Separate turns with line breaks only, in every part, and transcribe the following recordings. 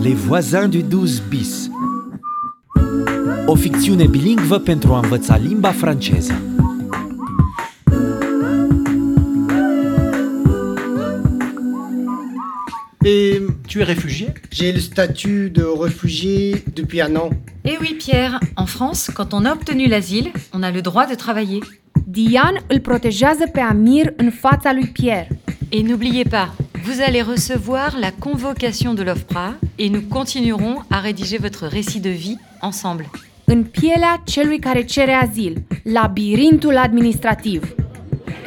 Les voisini du 12 bis O ficțiune bilingvă pentru a învăța limba franceză
Et tu es réfugié
J'ai le statut de réfugié depuis un an.
Eh oui, Pierre, en France, quand on a obtenu l'asile, on a le droit de travailler.
Diane îl protejează pe Amir în fața lui Pierre.
Et n'oubliez pas, vous allez recevoir la convocation de l'OFPRA et nous continuerons à rédiger votre récit de vie ensemble.
În pielea celui care cere azil, labirintul administrativ.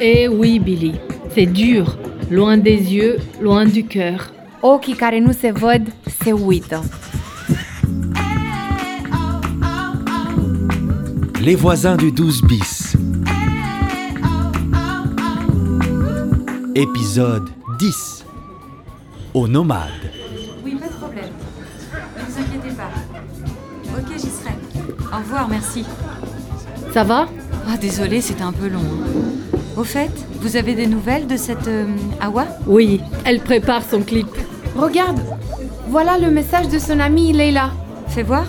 Eh oui, Billy, c'est dur. Loin des yeux, loin du cœur.
Ochii care nu se văd se uită.
Les voisins du 12 bis Épisode 10 Aux nomades
Oui, pas de problème. Ne vous inquiétez pas. Ok, j'y serai. Au revoir, merci.
Ça va
Ah, désolé, c'était un peu long. hein. Au fait, vous avez des nouvelles de cette euh, Awa
Oui, elle prépare son clip.
Regarde, voilà le mesaj de son amie Leila.
Fais voir.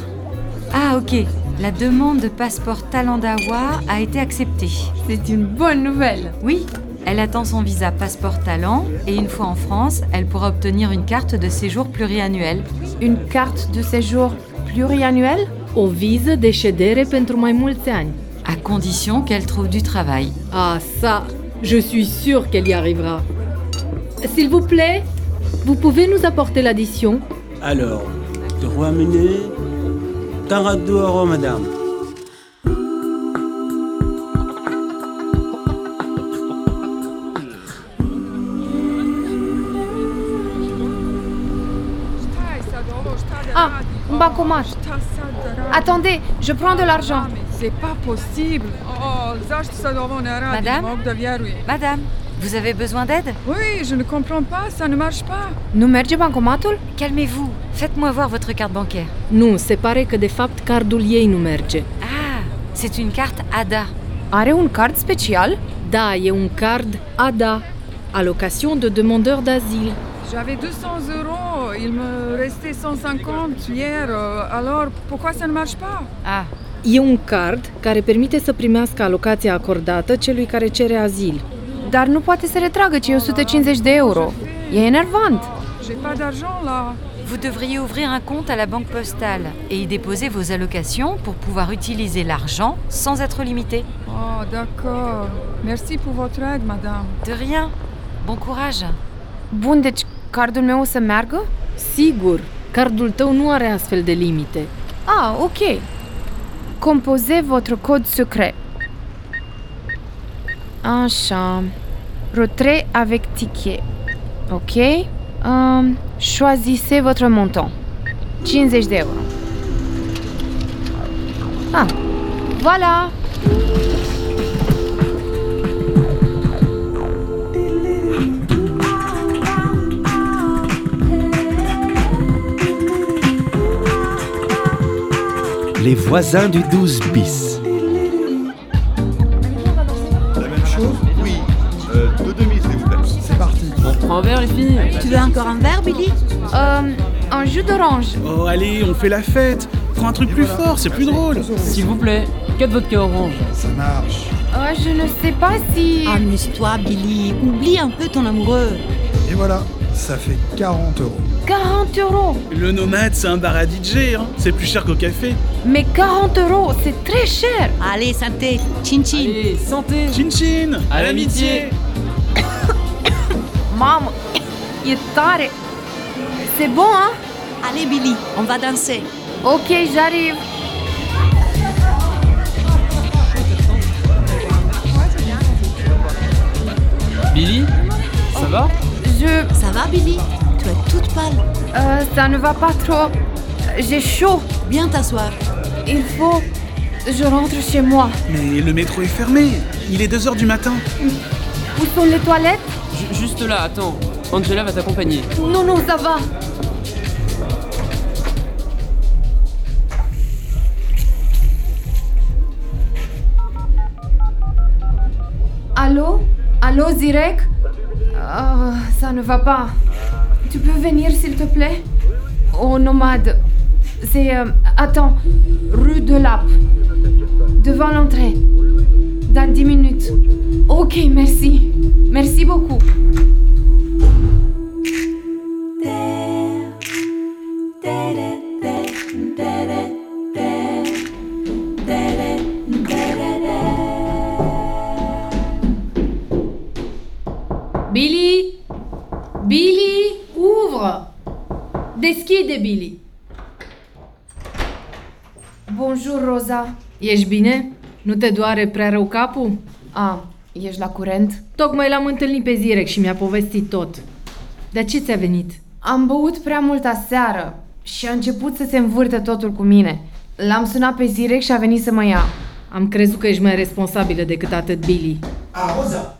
Ah, ok. La demande de passeport talent d'Awa a été acceptée.
C'est une bonne nouvelle.
Oui, elle attend son visa passeport talent et une fois en France, elle pourra obtenir une carte de séjour pluriannuelle.
Une carte de séjour pluriannuelle
O viză de ședere pentru mai mulți ani.
À condition qu'elle trouve du travail.
Ah ça, je suis sûre qu'elle y arrivera. S'il vous plaît, vous pouvez nous apporter l'addition
Alors, le roi mené, Tarado Aro, madame.
Ah, un bacomaș. Attendez, je prends de l'argent.
C'est pas possible. Oh, zašto sad ovo ne radi?
Madame?
Mogu da vjerujem.
Madame, vous avez besoin d'aide
Oui, je ne comprends pas, ça ne marche pas.
Nu merge bancomatul?
Calmez-vous, faites-moi voir votre carte bancaire.
Nu, se pare că de fapt cardul ei nu merge.
Ah, c'est une carte ADA.
Are un card special?
Da, e un card ADA, allocation de demandeur d'asile.
J'avais 200 euros, il me restait 150 hier, euh, alors pourquoi ça ne marche pas
Ah,
E un card care permite să primească alocația acordată celui care cere azil.
Dar nu poate să retragă cei 150 de euro. E enervant.
J'ai pas d'argent là.
vous devriez ouvrir un compte à la banque postale et y déposer vos allocations pour pouvoir utiliser l'argent sans être limité.
Oh, d'accord. Merci pour votre aide, madame.
De rien. Bon courage.
Bun, deci cardul meu o să meargă?
Sigur, cardul tău nu are astfel de limite.
Ah, ok. Composez votre code secret. Așa. Retrait avec ticket. Ok. Um, choisissez votre montant. 50 de euro. Ah, voilà.
Les voisins du 12 bis
La même chose Oui. Euh, deux demi, s'il vous plaît. C'est parti.
On prend un verre les filles
Tu veux encore un verre, Billy
Um, un jus d'orange.
Oh, allez, on fait la fête. Prends un truc plus fort, c'est plus drôle.
S'il vous plaît, 4 vodka orange.
Ça marche.
Ah, je ne sais pas si...
Amuse-toi, Billy. Oublie un peu ton amoureux.
Et voilà, ça fait 40 euros.
40 euros.
Le nomade, c'est un bar à DJ, hein. C'est plus cher qu'au café.
Mais 40 euros, c'est très cher.
Allez, santé. Chin chin.
Allez, santé
Chin chin
À l'amitié.
Mamă, e tare. C'est bon, hein?
Allez, Billy, on va danser.
Ok, j'arrive.
Billy, ça va
Je...
Ça va, Billy Tu es toute pâle.
euh, ça ne va pas trop. J'ai chaud.
Viens t'asseoir.
Il faut... Je rentre chez moi.
Mais le métro est fermé. Il est 2h du matin.
Où sont les toilettes
Ju- Juste là, attends. Angela va t'accompagner.
Non, non, ça va. Allô Allô, Zirek Euh, Ça ne va pas. Tu peux venir, s'il te plaît au nomade. C'est. euh, attends, rue de Lappe. Devant l'entrée. Dans 10 minutes. Ok, merci. Merci beaucoup.
Billy Billy Ouvre Deschide, Billy
Bonjour, Rosa.
Ești bine? Nu te doare prea rău capul?
Ah, ești la curent?
Tocmai l-am întâlnit pe Zirec și mi-a povestit tot. Dar ce ți-a venit?
Am băut prea mult aseară și a început să se învârte totul cu mine. L-am sunat pe Zirec și a venit să mă ia.
Am crezut că ești mai responsabilă decât atât, Billy.
Ah, Rosa,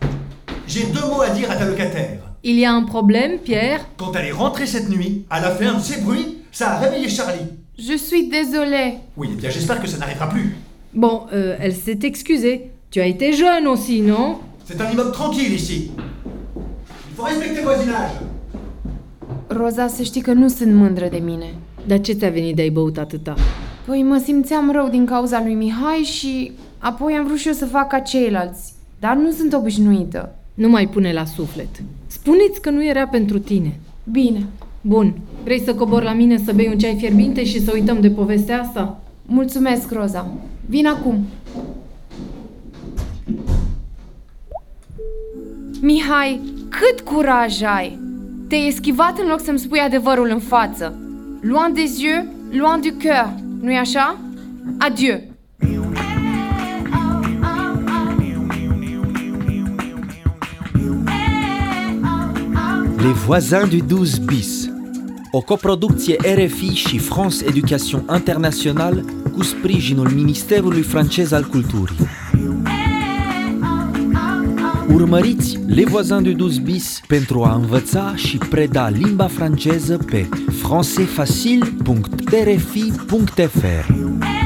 j'ai deux mots à dire à ta locataire.
Il y a un problème, Pierre
Quand elle est rentrée cette nuit, elle a fait un de ces bruits, ça a réveillé Charlie.
Je suis désolée.
Oui, eh bien j'espère que ça n'arrivera plus.
Bon, euh, elle s'est excusée. Tu as été jeune aussi, non
C'est un immeuble tranquille ici. Il faut respecter le voisinage.
Roza, să știi că nu sunt mândră de mine.
Dar ce ți-a venit de ai băut atâta?
Păi mă simțeam rău din cauza lui Mihai și apoi am vrut și eu să fac ca ceilalți. Dar nu sunt obișnuită.
Nu mai pune la suflet. Spuneți că nu era pentru tine.
Bine,
Bun, vrei să cobor la mine să bei un ceai fierbinte și să uităm de povestea asta?
mulțumesc, Roza. Vin acum. Mihai, cât curaj ai! Te-ai eschivat în loc să-mi spui adevărul în față. Loin des yeux, loin du cœur, nu-i așa? Adieu!
Les voisins du 12 bis. O coproducție RFI și France Education International cu sprijinul Ministerului francez al Culturii. Urmăriți Les voisins du 12 bis pentru a învăța și preda limba franceză pe francefacil.rfi.fr.